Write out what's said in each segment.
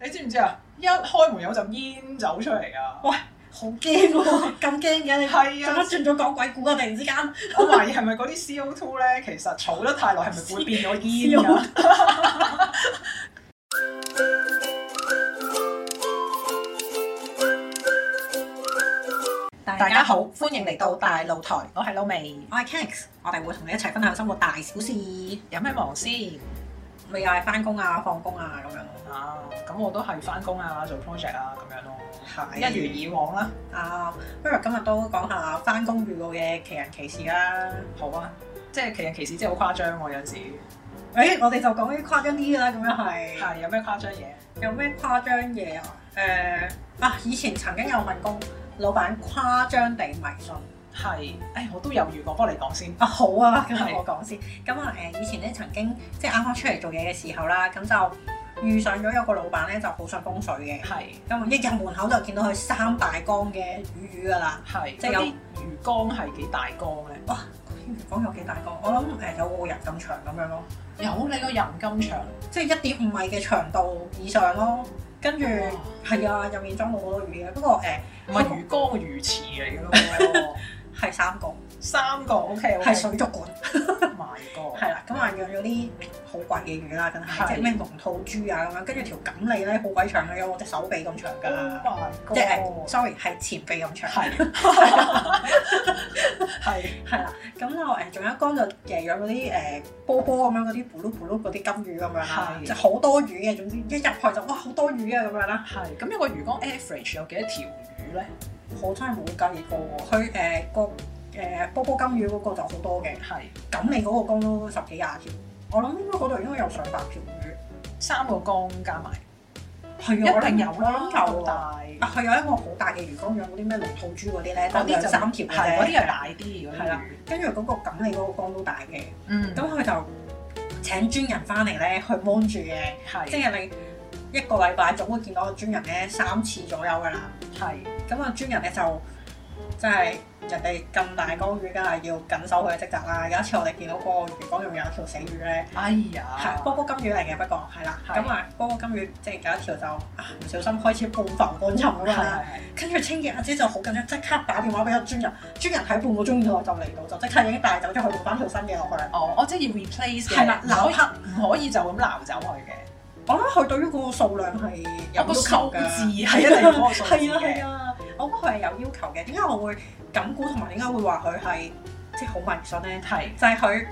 你知唔知啊？一開門有陣煙走出嚟啊！好驚喎！ 咁驚嘅你，係啊做乜轉咗講鬼故啊？突然之間，我懷疑係咪嗰啲 CO2 咧，其實儲得太耐係咪會變咗煙啊㗎？大大家好，歡迎嚟到大露台，我係老味。我係 Kenix，我哋會同你一齊分享生活大小事，咪有咩忙先？又係翻工啊、放工啊咁樣咯。啊，咁我都係翻工啊，做 project 啊咁樣咯，係一如以往啦。啊，不如今日都講下翻工遇到嘅奇人奇事啦。好啊，即係其人其事，真係好誇張喎、有陣時誒、我哋就講啲誇張啲嘅啦，咁樣係。係有咩誇張嘢？有咩誇張嘢啊？誒、啊！以前曾經有份工，老闆誇張地迷信。係，誒我都有遇過，不過你講先。啊好 啊，咁係我講先。咁啊誒，以前咧曾經即係啱啱出嚟做嘢嘅時候啦，咁就遇上咗有個老闆咧就好信風水嘅，係咁我一入門口就見到佢三大缸嘅魚魚噶啦。係，即即係係有啲魚缸係幾大缸咧？魚缸有幾大缸？我諗誒、有個人咁長咁樣咯，有你個人咁長，即係一點五米嘅長度以上咯。跟住係啊，入面裝到好多魚嘅，不過誒唔係魚缸嘅魚池嚟嘅咯。係、三個， 三個 OK OK，係水族館。埋個係啦，咁啊養咗啲好貴嘅魚啦，真係係即係咩龍套豬啊咁樣，跟住條錦鯉咧好鬼長嘅，有我隻手臂咁長㗎啦， Oh my god！即係 sorry 係前臂咁長，係 係係啦，咁就誒仲有一缸就誒養嗰啲誒波波咁樣嗰啲咕嚕咕嚕嗰啲金魚咁樣啦，係就好多魚嘅，總之一入去就哇好多魚啊咁樣啦，係，咁一個魚缸 average 有幾多條魚咧？我真係冇計過喎，佢誒個誒波波金魚嗰個就好多嘅，係錦鯉嗰個缸都十幾廿條，我諗應該嗰度應該有上百條魚，三個缸加埋，係啊，我一定有我啦，諗有咁啊。大。啊，佢有一個好大嘅魚缸，養嗰啲咩龍套豬嗰啲咧，得嗰啲兩就三條嘅係嗰啲啫。係大啲嗰係啲啦魚。跟住嗰個錦鯉嗰個缸都大嘅，嗯，咁佢就請專人翻嚟咧去 mon 住嘅，即係係你一個禮拜總會見到個專人咧三次左右噶啦。係咁啊，專人咧就即係人哋咁大缸魚，梗係要緊守佢嘅職責啦。有一次我哋見到個魚缸入面有條死魚咧，哎係呀，波波金魚嚟嘅，不過啊係啦，係咁啊波波金魚即係有一條就啊唔小心開始半浮半沉咁樣啦。係跟住清潔阿姐就好緊張，即刻打電話俾個專人，專人喺半個鐘以內就嚟到，就即刻已經帶走咗佢，換翻條新嘅落去。哦，我即係要 replace 嘅，係啦，唔可立以刻，唔可以就咁撈走佢嘅。我諗佢對於嗰個數量係有有要個求數㗎。字係一定 嗰個數字係啊係嘅，啊，我覺得佢係有要求嘅。點解我會咁估同埋點解會話佢係即係好迷信咧？係就係啊佢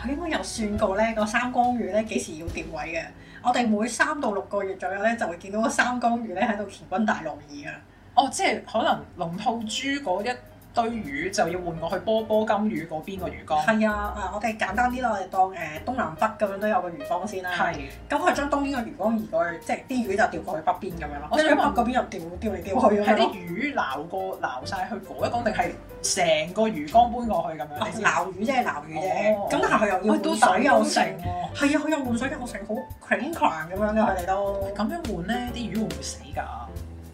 佢應該有算過咧，個三光魚咧幾時要調位嘅。我哋每三到六個月左右咧，就會見到個三光魚咧喺度乾坤大挪移㗎。哦，即係可能龍套豬嗰一堆魚就要換過去波波金魚嗰邊個魚缸，係啊，啊我哋簡單啲啦，我哋當誒、呃、東南北咁樣都有個魚缸先啦。係咁佢將東邊個魚缸移過去，即係啲魚就調過去北邊咁樣咯。我跟想住問北嗰邊又調調嚟調去咁係啲樣咯。魚撈過撈晒去嗰一缸，定係成個魚缸搬過去咁哦樣？你知撈魚啫，撈魚啫。哦咁、但係佢又要喂都換水又成。成喎，係啊，佢又換水又成，好 cling clang 咁樣嘅佢哋都。咁樣換咧，啲魚會唔會死㗎？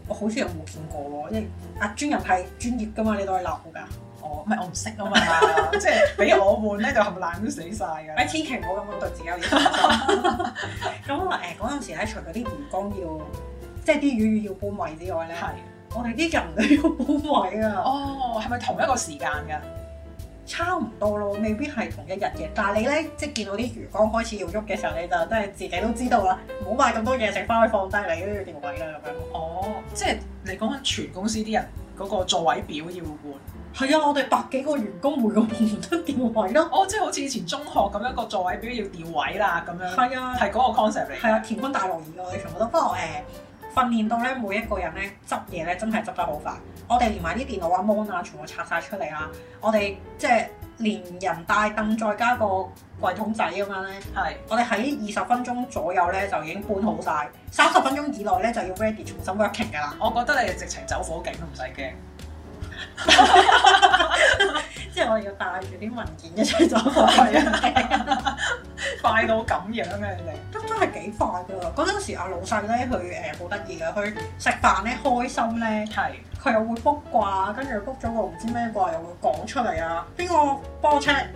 我好似又冇見過喎，因為阿專人係專業㗎嘛，你都係撈㗎。我唔係我唔識啊 嘛，即係俾我換咧就冚爛都死晒㗎啦。你哎千祈唔好咁樣對自己有啲信心。 咁啊誒嗰陣時咧，除咗啲魚缸要，即係啲魚要搬位之外咧。係我哋啲人都要搬位啊，哦，係咪同一個時間㗎？差唔多咯，未必係同一日嘅。但係你咧，即係見到啲魚缸開始要喐嘅時候，你就真係自己都知道啦，唔好買咁多嘢食翻去放低你都要調位啦咁樣。哦，即係你講緊全公司啲人嗰個座位表要換。係啊，我哋百幾個員工每個部門都調位咯。哦，即係好似以前中學咁樣個座位表要調位啦，咁樣係啊，係嗰個 concept 嚟係啊，嘅。田軍大挪移啊我哋全部都。不過誒、訓練到咧每一個人咧執嘢咧真係執得好快。我哋連埋啲電腦啊、mon 啊，全部拆晒出嚟啊。我哋即係連人帶凳再加個櫃桶仔咁樣咧。係我哋喺二十分鐘左右咧就已經搬好晒，三十分鐘以內咧就要 ready 重新 working 㗎啦。 我覺得你哋直情走火警都唔使驚。即係我哋要帶住啲文件一齊走過去係啊！ 快到咁樣嘅你哋，都真係幾快㗎。嗰陣時阿老細咧，佢誒好得意嘅，佢食飯咧開心咧，係佢又會 book 掛，跟住 book 咗個唔知咩掛，又會講出嚟啊，邊個幫我 check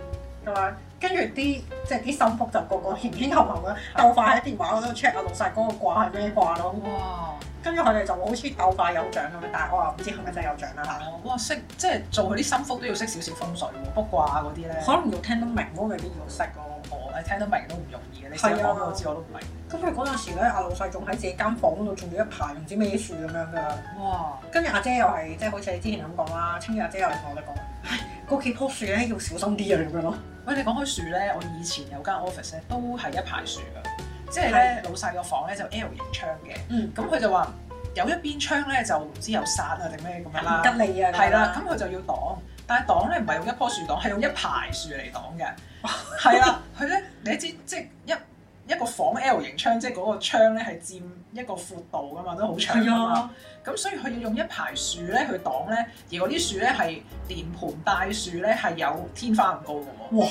咁樣，跟住啲即係啲心腹就個個前前後後咁鬥快喺電話嗰度 check 啊老細嗰個掛係咩掛咯，哇！跟住佢哋就好似鬥快有獎咁樣，但係我又唔知係咪真係有獎啦嚇。哇！識即係做佢啲心腹都要識少少風水喎，卜卦嗰啲咧，可能要聽得明咯，未必要識咯。我你聽得明都唔容易嘅。你成日係啊講俾我知我都唔明。跟住嗰陣時咧，阿老細仲喺自己間房度種咗一排唔知咩樹咁樣㗎。哇！跟住阿姐又係即係好似你之前咁講啦，清日阿姐又係同我哋講，唉，嗰幾樖樹咧要小心啲啊咁樣咯。喂，你講開樹咧，我以前有間 office 咧都係一排樹㗎，即係咧老細個房咧就 L 型窗嘅，嗯，咁佢就話有一邊窗咧就唔知有殺啊定咩咁樣啦。吉利啊，係啦，咁佢就要擋，但係擋咧唔係用一棵樹擋，係用一排樹嚟擋嘅。係 啦，佢咧你都知即係一一個房 L 型窗，即係嗰個窗咧係佔一個闊度噶嘛，都好長㗎係嘛。啊，咁所以佢要用一排樹咧去擋咧，而嗰啲樹咧係連盆帶樹咧係有天花咁高嘅哇，喎。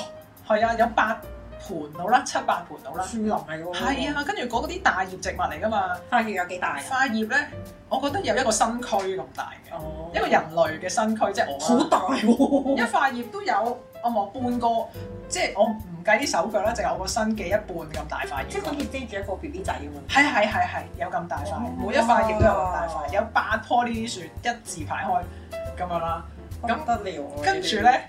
係啊，有八盤到啦，七八盤到啦。樹林嚟喎。係，啊，跟住嗰啲大葉植物嚟噶嘛，花園有幾大啊？花葉咧，我覺得有一個身區咁大嘅，哦一個人類嘅身區，即係我啦好大一喎，塊葉都有，我望半個，即係我唔計啲手腳啦，淨係我個身嘅一半咁大塊即係佢葉。要遮住一個 B B 仔咁啊樣。係係係係，有咁大塊，哦每一塊葉都有咁大塊，有八棵呢啲樹一字排開咁樣啦。咁不得了喎。跟住咧，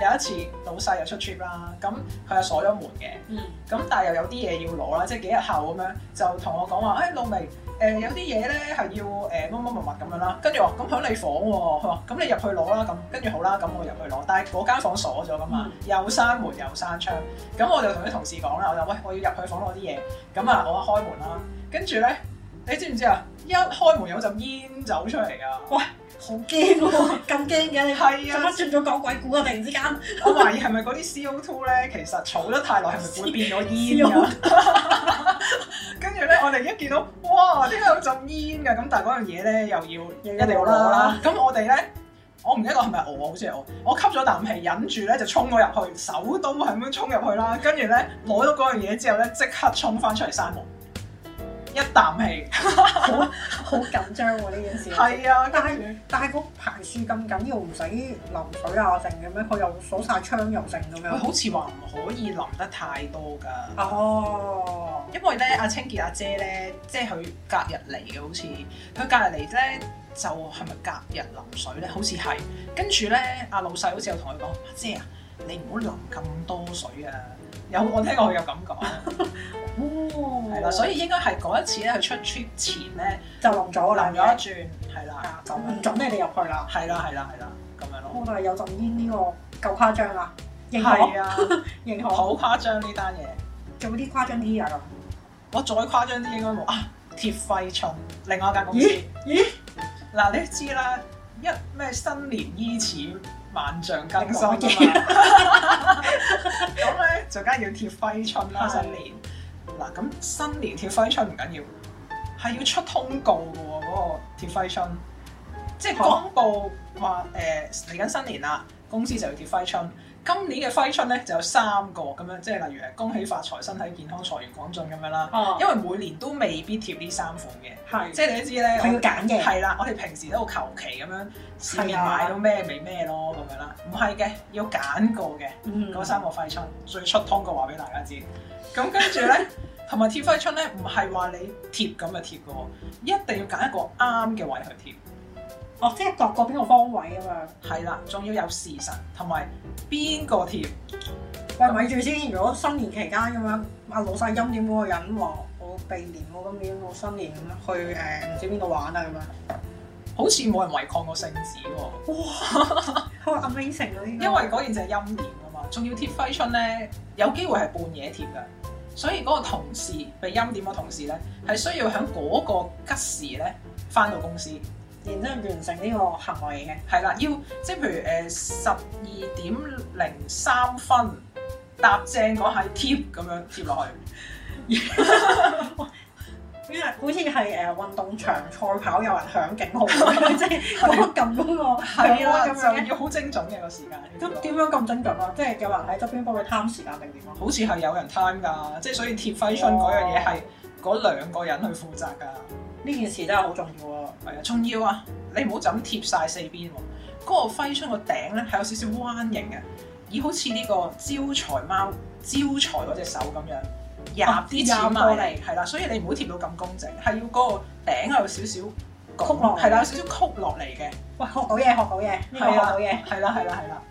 有一次老細又出 trip 啦，咁佢又鎖咗門嘅，呢咁但係又有啲嘢要攞啦，即係幾日後咁樣就同我講話，誒、哎、老明，誒、有啲嘢咧係要誒乜乜乜乜咁樣啦。跟住我話咁喺你房喎、佢話咁你入去攞啦，咁跟住好啦，咁我入去攞，但係嗰間房鎖咗噶嘛，又閂門又閂窗，咁我就同啲同事講啦，我就喂我要入去房攞啲嘢，咁啊我開門啦，跟住咧你知唔知啊？一開門有陣煙走出嚟啊！嗯，好 驚喎，咁驚嘅你。係做啊乜！轉咗講鬼故啊？突然之間，我懷疑係咪嗰啲 CO2 咧，其實儲得太耐係咪會變咗 煙㗎？ 跟住咧，我哋一見到哇，點解有陣煙㗎？咁但係嗰樣嘢咧又要又一要定要攞攞啦啦。咁我哋咧，我唔記得我係咪我，好似係我，我吸咗啖氣，忍住咧就衝咗入去，手都係咁樣衝入去啦。跟住咧攞咗嗰樣嘢之後咧，即刻衝翻出嚟閂門，一啖氣。好好緊張喎呢件事。係啊，跟但住係但係嗰排樹咁緊要，唔使淋水啊剩嘅咩？佢又鎖晒窗又剩咁喂，樣。好似話唔可以淋得太多㗎。哦，因為咧，阿清潔阿姐咧，即係佢隔日嚟嘅，好似佢隔日嚟咧，就係咪隔日淋水咧？好似係。跟住咧，阿老細好似有同佢講：阿姐啊，你唔好淋咁多水啊！有我聽過佢有咁講，哦，係啦，所以以應該係嗰一次咧，佢出 trip 前咧，哦就淋咗我淋啦。咗一轉，係啦啊，，就唔準你哋入去啦。係啦，係啦，係啦，咁樣咯。我但係有陣煙呢個夠誇張啦，哦認可係啊，認可，好誇張呢單嘢。做啲誇張啲啊我再誇張啲應該冇啊！鐵肺春，另外一間公司。咦咦嗱，你都知啦，一咩新年伊始，萬象更新啊嘛。你講咁 咧就梗係要貼揮春啦，係新年。嗱，咁新年貼揮春唔緊要，係要出通告嘅喎，嗰、個貼揮春，即係嚇公佈話誒嚟緊新年啦，公司就要貼揮春。今年嘅揮春咧就有三個咁樣，即係例如誒恭喜發財、身體健康、財源廣進咁樣啦。咁，因為每年都未必貼呢三款嘅，係哦即係你都知咧，佢要揀嘅，啊係啦，我哋平時都好求其咁樣市面買到咩咪咩咯咁樣啦，唔係嘅，要揀過嘅嗯嗰三個揮春，最出通嘅話俾大家知。咁跟住咧，同埋貼揮春咧，唔係話你貼咁就貼嘅喎，一定要揀一個啱嘅位去哦，即係度過邊個方位咁樣。貼。係啦，仲要有時辰同埋邊個貼，喂，咪住先，如果新年期間咁樣，阿老細欽點嗰個人話我避年喎，今年我新年咁樣去誒唔知邊度玩啊咁樣。好似冇人違抗過聖旨喎。好 amazing 啊嗰啲，因為嗰件就係陰年啊嘛，仲要貼揮春咧，有機會係半夜貼㗎，所以嗰個同事被陰點嘅同事咧，係需要喺嗰個吉時咧翻到公司，然之後完成呢個行為嘅。係啦，要即係譬如誒十二點零三分搭正嗰下貼咁樣貼落去，因為好似係誒運動場賽跑有人響警 號咁樣，即係嗰個撳嗰個係啦，啊咁樣就嘅。要好精準嘅個時間。咁點樣咁精準啊？即係有人喺側邊幫佢貪時間定點啊？好似係有人 time 㗎，即係所以貼揮春嗰樣嘢係嗰兩個人去負責㗎。呢件事真係好重要啊！係啊，仲要啊！你唔好就咁貼晒四邊喎，嗰、個揮春個頂咧係有少少彎形嘅，咦好似呢個招財貓招財嗰隻手咁樣，哦入啲入錢過埋嚟嚟，係啦，所以你唔好貼到咁工整，係要嗰個頂有少少曲落嚟係啦，有少少曲落嚟嘅，喂，學到嘢，學到嘢，呢個學係到啦，嘢，係啦，係啦，係啦，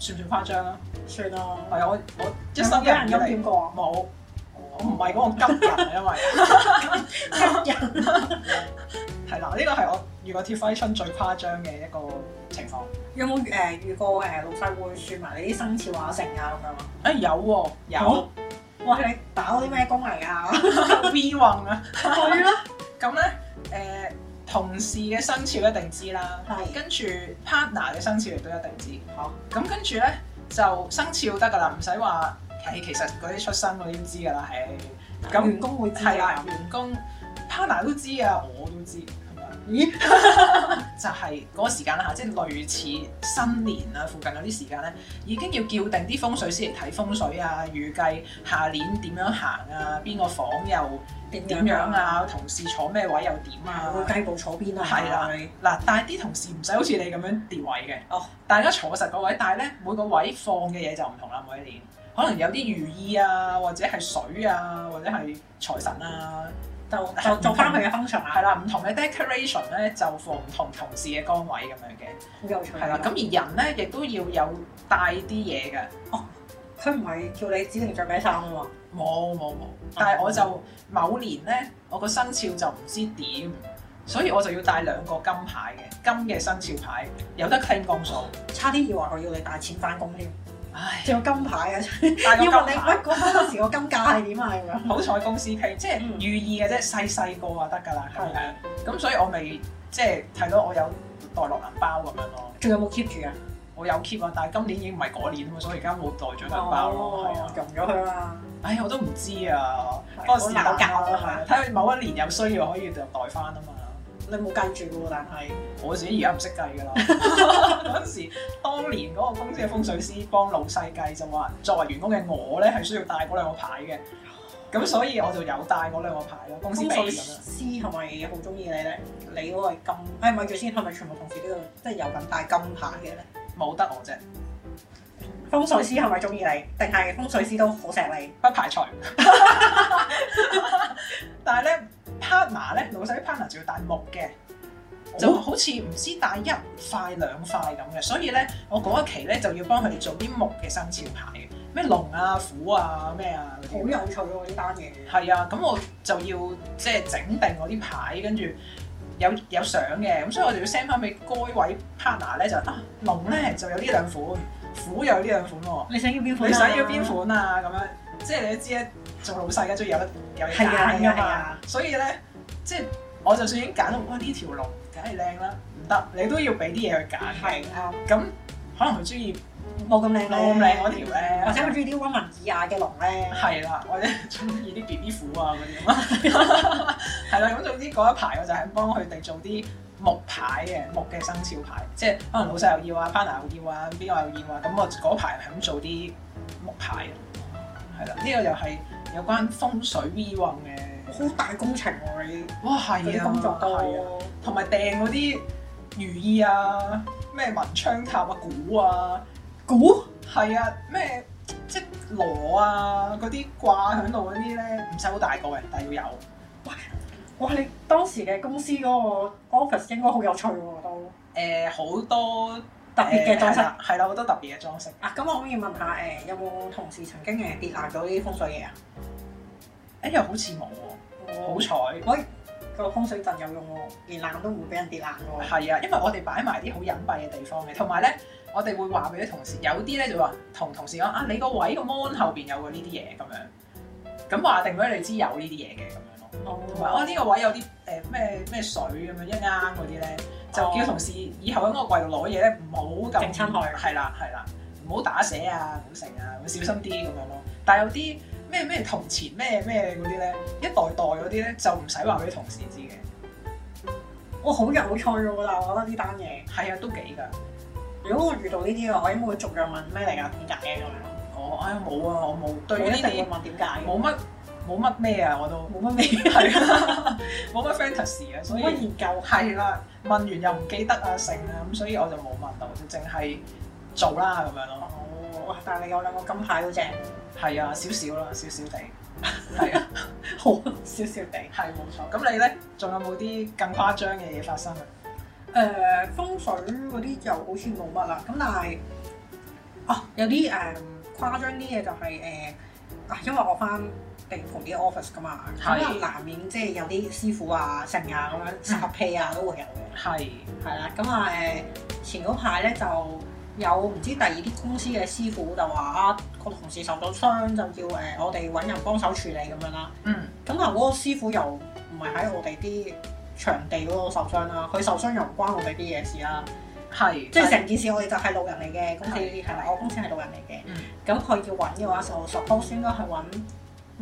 算唔算誇張啊？算啦。係啊，我我一有冇生俾人人陰陰點過 啊？冇，我唔係嗰個急人，啊因為。一人係啦，呢個係我遇過貼揮春最誇張嘅一個情況。有冇誒遇過誒老細會算埋你啲生肖啊、成啊咁樣誒、啊？有喎、 好哇！你打嗰啲咩工嚟啊㗎？ V 運啊！ 係咯，咁咧誒，同事嘅生肖一定知啦，係跟住 partner 嘅生肖亦都一定知。好，咁跟住咧就生肖得㗎啦，唔使話誒，其實嗰啲出身嗰啲都知㗎啦，係咁員工會知係啦啊，。員工 partner 都知啊，我都知。咁樣咦？ 就係嗰個時間啦嚇，即係類似新年啊附近嗰啲時間咧，已經要叫定啲風水師嚟睇風水啊，預計下年點樣行啊，邊個房又點點樣？啊，嗯同事坐咩位又點啊會。計部坐邊啊？係啦你嗱，但係啲同事唔使好似你咁樣調位嘅，哦，大家坐實個位，但係咧每個位放嘅嘢就唔同啦，每一年可能有啲寓意啊，或者係水啊，或者係財神啊，就 就做翻佢嘅 function 係啊，啦，唔同嘅 decoration 咧就放唔同同事嘅崗位咁樣嘅。好有趣。啊係啦，咁而人咧亦都要有帶啲嘢嘅，佢唔係叫你指定着咩衫啊嘛？冇冇冇。但係我就某年咧，我個生肖就唔知點，所以我就要帶兩個金牌嘅金嘅生肖牌，有得 claim 公數。 差啲以為佢要你帶錢翻工添，唉，仲有金牌啊！帶個要金問你牌，喂嗰陣時個金價係點啊？咁樣好彩公司 claim，即係嗯寓意嘅啫，細細個啊得㗎啦。係係咁，所以我咪即係睇到我有袋落銀包咁樣咯。仲有冇 keep 住啊？我有 keep 啊，但係今年已經唔係嗰年啊嘛，所以而家冇袋咗銀包咯，係啊哦。融咗佢啦。哎呀，我都唔知啊，不係過是但啦好鬧交啊嘛睇佢某一年有需要可以就代翻啊嘛。你冇計住喎，但係我自己而家唔識計 㗎啦，嗰陣時當年嗰個公司嘅風水師幫老細計就話，作為員工嘅我咧係需要帶嗰兩個牌嘅，咁所以我就有帶嗰兩個牌咯，公司俾風水咁樣。師係咪好中意你咧？你嗰個金，誒咪住先，係咪全部同事都要即係有緊帶金牌嘅咧？冇得我啫，風水師係咪中意你？定係風水師都好錫你？不 排除。但係咧 partner 咧，老細啲 partner 就要帶木嘅。哦就好似唔知帶一塊兩塊咁嘅，所以咧我嗰一期咧就要幫佢哋做啲木嘅生肖牌嘅，咩龍啊、虎啊、咩啊好嗰啲。有趣喎呢單嘢。係啊，咁我就要即係整定嗰啲牌，跟住有有相嘅，咁所以我就要 send 翻俾該位 partner 咧就啊龍咧就有呢兩款，虎又有呢兩款喎、你想要邊款？你想要邊？款啊？咁樣即係你都知咧，做老細嘅中意有得有嘢係啊揀係啊㗎係嘛啊。所以咧，即係我就算已經揀到，哇呢條龍梗係靚啦，唔得，你都要俾啲嘢去揀嘅。係啱，咁可能佢中意冇咁靚咧，冇咁靚嗰條咧，或者佢中意啲温文爾雅嘅龍咧。係啦，或者中意啲 B B 虎啊嗰啲咁啊。 係啦，咁總之嗰一排我就係幫佢哋做啲。木牌嘅木嘅生肖牌，即係可能老細又要啊，partner 又要啊，邊個又要啊，咁我嗰排係咁做啲木牌嘅。係啦，呢個又係有關風水 V 運嘅。好大工程喎！你哇，嗰係啲啊，工作係啊，都同埋訂嗰啲如意啊，咩文昌塔啊、鼓啊，估係啊，咩即係羅啊嗰啲掛喺度嗰啲咧，唔使好大個嘅，但係要有。哇！你當時嘅公司嗰個 office 應該好有趣喎，都誒好、多特別嘅裝誒係飾。啦係啦，好多特別嘅裝飾。啊，咁我可以問下誒，有冇同事曾經誒跌爛咗啲風水嘢啊？誒又好似冇喎，好好彩。個風水陣有用喎，連爛都唔會俾人跌爛喎。係啊，因為我哋擺埋啲好隱蔽嘅地方嘅，同埋咧，我哋會話俾啲同事，有啲咧就話同同事講啊，你個位個 mon 後邊有個呢啲嘢咁樣，咁話定俾你知有呢啲嘢嘅咁樣咯。同埋我哦呢個位有啲誒咩咩水咁樣一啱嗰啲咧，就哦叫同事以後喺個櫃度攞嘢咧，唔好咁整親佢係啦係啦，唔好打寫啊，唔好成啊，會小心啲咁樣咯。但係有啲咩咩銅錢咩咩嗰啲咧，一袋袋嗰啲咧就唔使話俾同事知嘅，我好有趣喎，但係我覺得呢單嘢，係啊都幾㗎。如果我遇到呢啲嘅，我應該會逐樣問咩嚟㗎，點啊解嘅咁樣。我唉冇啊，我冇我對於一呢定會啲問點解嘅，冇乜冇乜咩啊，我都冇乜咩，係啊，冇乜 fantasy 啊，所 冇以乜研究。係啦，問完又唔記得啊，成啊，咁所以我就冇問到，就淨係做啦咁樣咯。哦，哇！但係你有兩個金牌好正，係啊，少少啦，少少 地，係啊，好少少地。誒、係冇錯。咁你咧，仲有冇啲更誇張嘅嘢發生啊？呃風水嗰啲就好似冇乜啦，咁但係啊有啲誒、誇張啲嘢就係、誒、啊，因為我翻地盤啲 office 噶嘛，咁啊係難免即係有啲師傅啊、成啊咁樣殺屁啊都會有嘅。係係啦，咁啊誒，前嗰排咧就有唔知第二啲公司嘅師傅就話啊，個同事受咗傷就要誒、我哋揾人幫手處理咁樣啦。嗯咁啊嗰個師傅又唔係喺我哋啲場地嗰度受傷啦，佢受傷又唔關我哋啲嘢事啦。係，即係成件事我哋就係路人嚟嘅，公司係係啦，我公司係路人嚟嘅嗯。咁佢要揾嘅話，就 suppose 應該係揾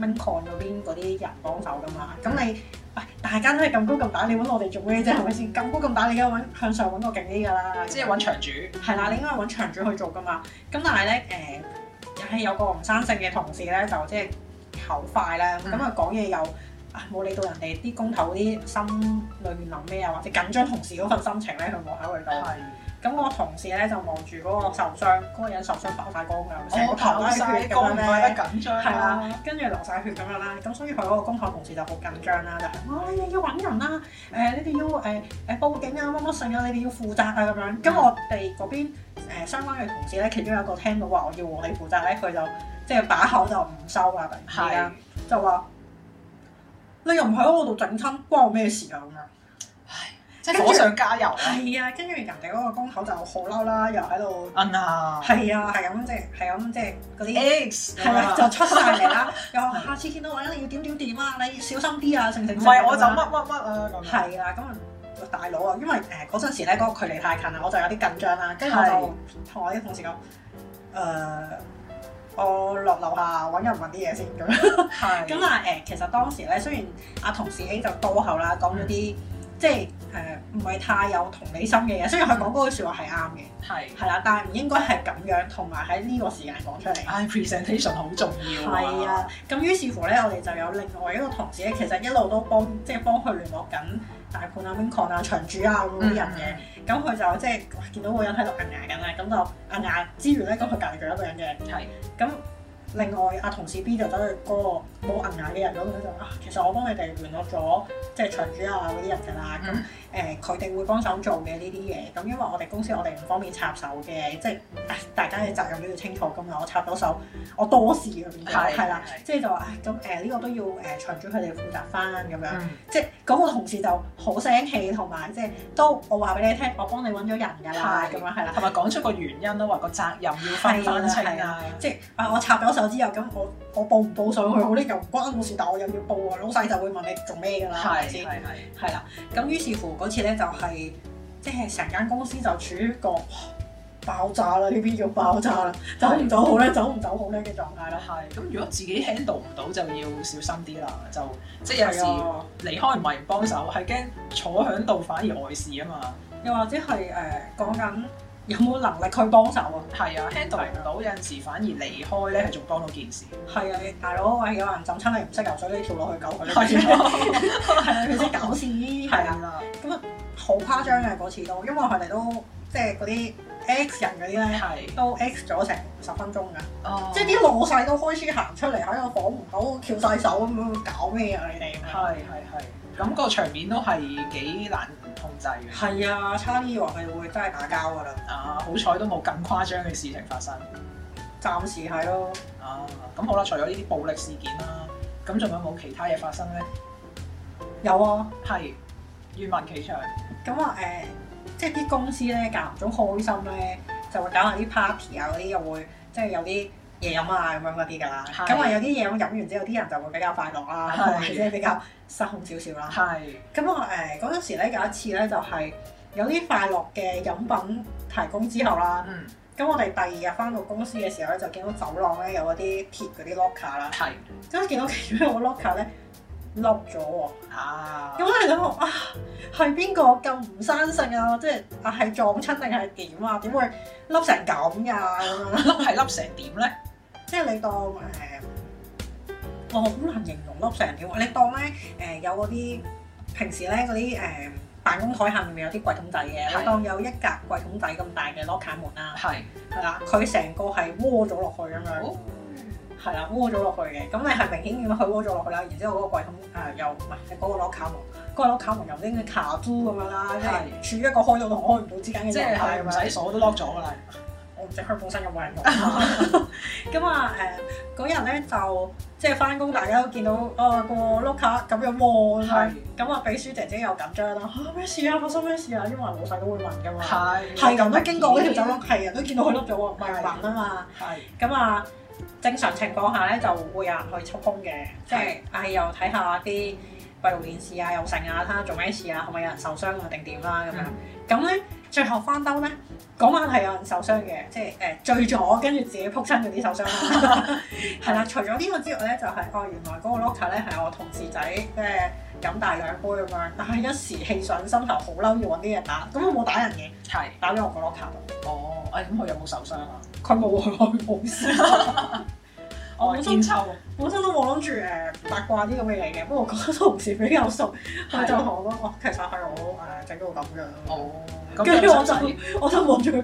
Mincon 嗰邊嗰啲人幫手噶嘛。咁你喂大家都係咁高咁打，你揾我哋做咩啫？係咪先？咁高咁打，你梗係揾向上揾個勁啲㗎啦。即係揾場主，係啦，你應該揾長主去做噶嘛。咁但係咧誒，又係有個唔生性嘅同事咧，就即係口快啦，嗯咁啊講嘢又啊冇理到人哋啲工頭啲心裏面諗咩啊，或者緊張同事嗰份心情咧，佢冇考慮到。係咁我同事咧就望住嗰個受傷，嗰、個人受傷爆晒光㗎，成個我頭都跑係哦晒血工，咁啊唔怪樣得咧。緊張啊係啦。啦，跟住流晒血咁樣啦，咁所以佢嗰個工頭同事就好緊張啦，就係、我你哋要揾人啦，誒、你哋要誒誒、報警啊，乜乜信啊，你哋要負責啊咁樣。咁我哋嗰邊、誒相關嘅同事咧，其中有一個聽到話我要我哋負責咧，佢就即係把口就唔收啦，突然之係間，就話你又唔喺我度整親，關我咩事啊咁樣。即係火上加油啦，係啊，跟住人哋嗰個工頭就好嬲啦，又喺度嗯啊係啊，係咁即係係咁即係嗰啲，X 係啦，就出晒嚟 啦。又話下次見到我一定要點點點啊，你小心啲啊，成成唔成係我就咁乜樣乜乜啊咁樣。係啦，咁啊。大佬啊，因為誒嗰陣時咧，嗰、個距離太近啦，我就有啲緊張啦，跟住我係就同我啲同事講，誒、我落樓下揾人問啲嘢先咁樣。係咁啊誒，其實當時咧，雖然阿同事 A 就多口啦，講咗啲即係誒唔係太有同理心嘅嘢，雖然佢講嗰句説話係啱嘅，係係啦，但係唔應該係咁樣，同埋喺呢個時間講出嚟。唉，presentation 好重要啊。係啊，咁於是乎咧，我哋就有另外一個同事咧，其實一路都幫即係幫佢聯絡緊大判啊、Mincon 啊、場主啊咁嗯，啲人嘅。咁佢就即係哇見到個人喺度硬牙緊啦，咁就硬牙之餘咧，咁佢隔離仲有一個人嘅。係咁另外阿同事 B 就走去嗰個冇銀牙嘅人嗰度就啊，其實我幫你哋聯絡咗即係場主啊嗰啲人㗎啦，嗯咁誒佢哋會幫手做嘅呢啲嘢，咁因為我哋公司我哋唔方便插手嘅，即係唉大家嘅責任都要清楚㗎嘛，我插到手我多事啊變咗係係啦係，即係就話唉咁誒呢個都要誒場主佢哋負責翻咁樣。嗯即係嗰個同事就好聲氣，同埋即係都我話俾你聽，我幫你揾咗人㗎啦，係咁樣係啦。同埋講出個原因都話個責任要分翻清啊。即係啊，我插咗手之後，咁我我報唔報上去好咧，又唔關我事，但我又要報啊，老細就會問你做咩㗎啦，係咪係先？係係，係啦，咁於是乎嗰次咧就係、即係成間公司就處於一個哇爆炸啦，呢邊要爆炸啦，走唔走好咧，走唔走好咧嘅狀態啦。係咁。如果自己 handle 唔到，就要小心啲啦。就即係有係時啊，離開唔係唔幫手，係驚坐喺度反而礙事啊嘛。又或者係誒、講緊有冇能力去幫手啊？係啊，handle 唔到有陣時反而離開咧，係仲幫到件 事。係啊，你大佬喂，有人浸親你唔識游水，你跳落去救佢，係係啊，啊， 佢識搞事，係啊。啦，好誇張嘅嗰次都，因為佢哋都即係嗰啲 X 人嗰啲咧，係都 X 咗成十分鐘㗎，哦即係啲老細都開始行出嚟喺個房門口翹晒手咁樣，搞咩啊你哋？係係係，咁個場面都係幾難控制嘅。係啊，差啲以為佢哋會真係打交㗎啦，啊，好彩都冇更誇張嘅事情發生。暫時係咯。啊，咁好啦，除咗呢啲暴力事件啦，咁仲有冇其他嘢發生咧？有啊，係願聞其詳。咁啊誒，即係啲公司咧間唔中開心咧，就會搞下啲 party 啊嗰啲，又會即係有啲。嘢飲啊咁樣嗰啲㗎啦，係咁啊有啲嘢飲飲完之後，啲人就會比較快樂啦，係同埋即係比較失控少少啦。係咁我誒嗰陣時咧有一次咧就係、有啲快樂嘅飲品提供之後啦，嗯咁我哋第二日翻到公司嘅時候咧就見到走廊咧有嗰啲鐵嗰啲 locker 啦，係咁見到其中一個 locker 咧凹咗喎，啊咁我哋諗我啊係邊個咁唔生性啊？即係啊係撞親定係點啊？點會凹成咁㗎咁樣啦？粒係粒成點咧？即係你當誒、我好難形容粒成點，你當咧誒、有嗰啲平時咧嗰啲誒辦公台下面咪有啲櫃桶仔嘅，係我當有一格櫃桶仔咁大嘅 locker 門啦，係，係啦，佢成個係窩咗落去咁樣，係啦，窩咗落去嘅，咁你係明顯見到佢窩咗落去啦，然之後嗰個櫃桶誒又唔係嗰個 locker 門，嗰個 locker 門又拎卡租咁樣啦，係即係處於一個開到同開唔到之間嘅即狀態係咁 唔樣。使鎖都 lock 咗㗎啦。我唔知佢本身有冇人用。咁啊誒，嗰日咧就即係翻工，大家都見到啊個 locker 咁樣喎咁樣係，咁啊秘書姐姐又緊張啦，嚇咩事啊？發生咩事啊？因為老細都會問噶嘛。係，係人都經過嗰條走廊，係啊人都見到佢碌咗喎，唔係問啊嘛。係，咁啊，正常情況下咧就會有人去抽空嘅，即係唉又睇下啲閉路電視啊，又剩啊，睇下做咩事啊，係咪有人受傷啊定點啦咁樣。咁咧，最後翻兜咧，嗰晚係有人受傷嘅，即係誒、醉咗，跟住自己撲親嗰啲受傷啦。係啦，除咗呢個之外咧，就係、哦，原來嗰個 locker 咧係我同事仔即係飲大兩杯咁樣，但係一時氣上心頭，好嬲要揾啲嘢打，咁我冇打人嘅，係，打咗我個 locker 度，哦，誒咁佢有冇受傷啊？佢冇去，佢 冇事。我本身哦抽，本身都冇諗住誒八卦啲咁嘅嘢嘅，不過嗰個同事比較熟，佢就同我講：哦，其實係我誒整到咁樣。哦，咁跟住我就係我就望住佢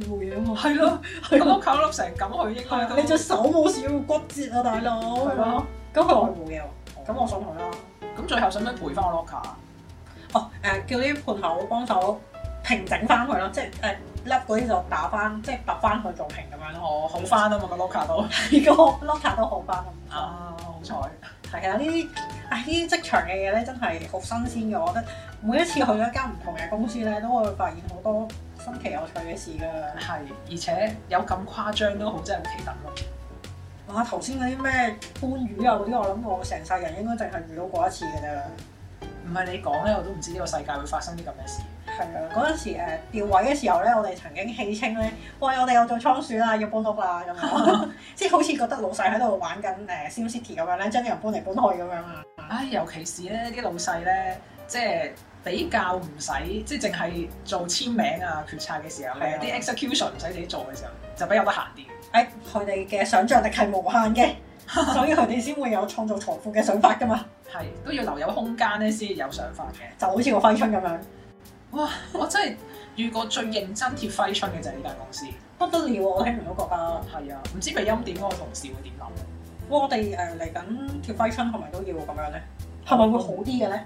冇嘢啊喎。 咯，咁碌扣碌成咁，佢應該都你隻手冇事要骨折啊，大佬！係咯，咁佢話冇嘢喎，咁我信佢啦。咁最後使唔使賠翻我 locker 啊？哦，誒、叫啲判頭幫手平整翻佢咯，即係誒甩嗰啲就打翻，即係揼翻佢做平 咁樣咯。哦，好翻啊嘛個 locker 都個 locker 都好翻咁。啊，好彩係啊，呢啲唉呢啲職場嘅嘢咧，真係好新鮮嘅。我覺得每一次去咗一間唔同嘅公司咧，都會發現好多新奇有趣嘅事㗎。係，而且有咁誇張都好，真係好奇特咯。哇！頭先嗰啲咩番魚啊嗰啲，我諗我成世人應該淨係遇到過一次嘅啫。唔係你講咧，我都唔知呢個世界會發生啲咁嘅事。係啊，嗰陣時誒調位嘅時候咧，我哋曾經戲稱咧，喂，我哋有做倉鼠啦，要搬屋啦咁樣，即係好似覺得老細喺度玩緊誒 Sim City 咁樣咧，將啲人搬嚟搬去咁樣啊。唉，尤其是咧啲老細咧，即係比較唔使，即係淨係做簽名啊、決策嘅時候係咧啊，啲 execution 唔使自己做嘅時候，就比較得閒啲。誒、哎佢哋嘅想像力係無限嘅，所以佢哋先會有創造財富嘅想法噶嘛，係都要留有空間咧，先有想法嘅。就好似個揮春咁樣，哇！ 我真係遇過最認真貼揮春嘅就係呢間公司。不得了喎！我聽完都覺得，係啊，唔知美音點嗰個同事會點諗？哇！我哋誒嚟緊條揮春係咪都要咁樣咧？係咪會好啲嘅咧？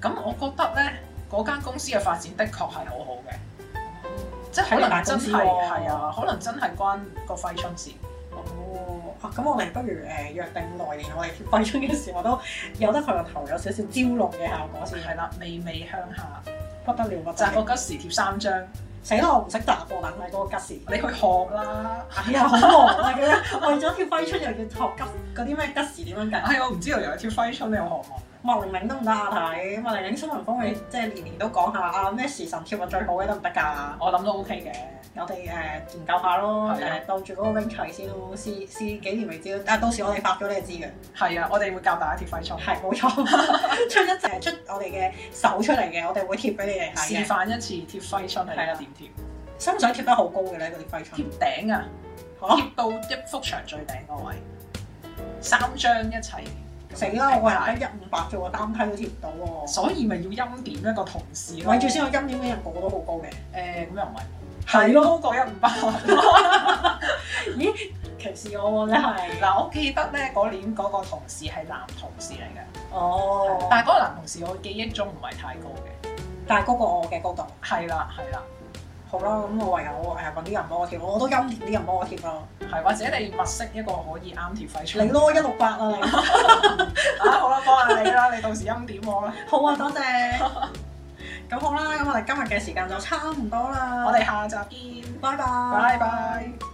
咁我覺得咧，嗰間公司嘅發展的確係好好嘅，即係可睇嚟大能公真司係喎係啊，可能真係關個揮春事。哦，啊咁我哋不如誒、呃、約定來年我哋貼揮春嘅時候都有得佢個頭有少少焦龍嘅效果先，係啦，微微向下，不得了不得扎了！個吉時貼三張，死啦，我唔識答喎，但係嗰個吉時，你去學啦。哎呀好忙啊咁樣，為咗貼揮春又要學吉嗰啲咩吉時點樣計？啊係我唔知道原來貼揮春你有學喎。麥玲玲得唔得啊？睇麥玲玲新聞風味，即係年年都講下啊咩時辰貼運最好嘅得唔得㗎？我諗都 OK 嘅，我哋誒、研究下咯，誒、係啊當住嗰個 wing 齊先咯，試試幾年未知咯，但係到時我哋發咗你就知嘅，係啊，我哋會教大家貼揮春，係冇錯， 出一隻出我哋嘅手出嚟嘅，我哋會貼俾你哋示睇嘅。範一次貼揮春係啊係啦點貼。想唔想貼得好高嘅咧？嗰啲揮春貼頂啊，嚇貼到一幅牆最頂嗰位，三張一齊。死啦！我係得一五八啫喎，單梯都貼唔到喎。所以咪要陰點一個同事咯。咪住先，我陰點嘅人個個都好高嘅。誒咁又唔係，係咯高過一五 八。咦，歧視我喎真係。嗱，我記得咧嗰年嗰個同事係男同事嚟嘅，哦，但但係嗰個男同事我記憶中唔係太高嘅。但係高過我嘅高度。係啦，係啦，好啦，咁我唯有誒揾啲人幫我貼，我都陰貼啲人幫我貼咯。係或者你物色一個可以啱貼費出你咯，一六八啊你。啊，好啦，幫下你啦，你到時陰點我啦。好啊，多謝。 咁好啦，咁我哋今日嘅時間就差唔多啦。我哋下集見，拜拜。拜拜。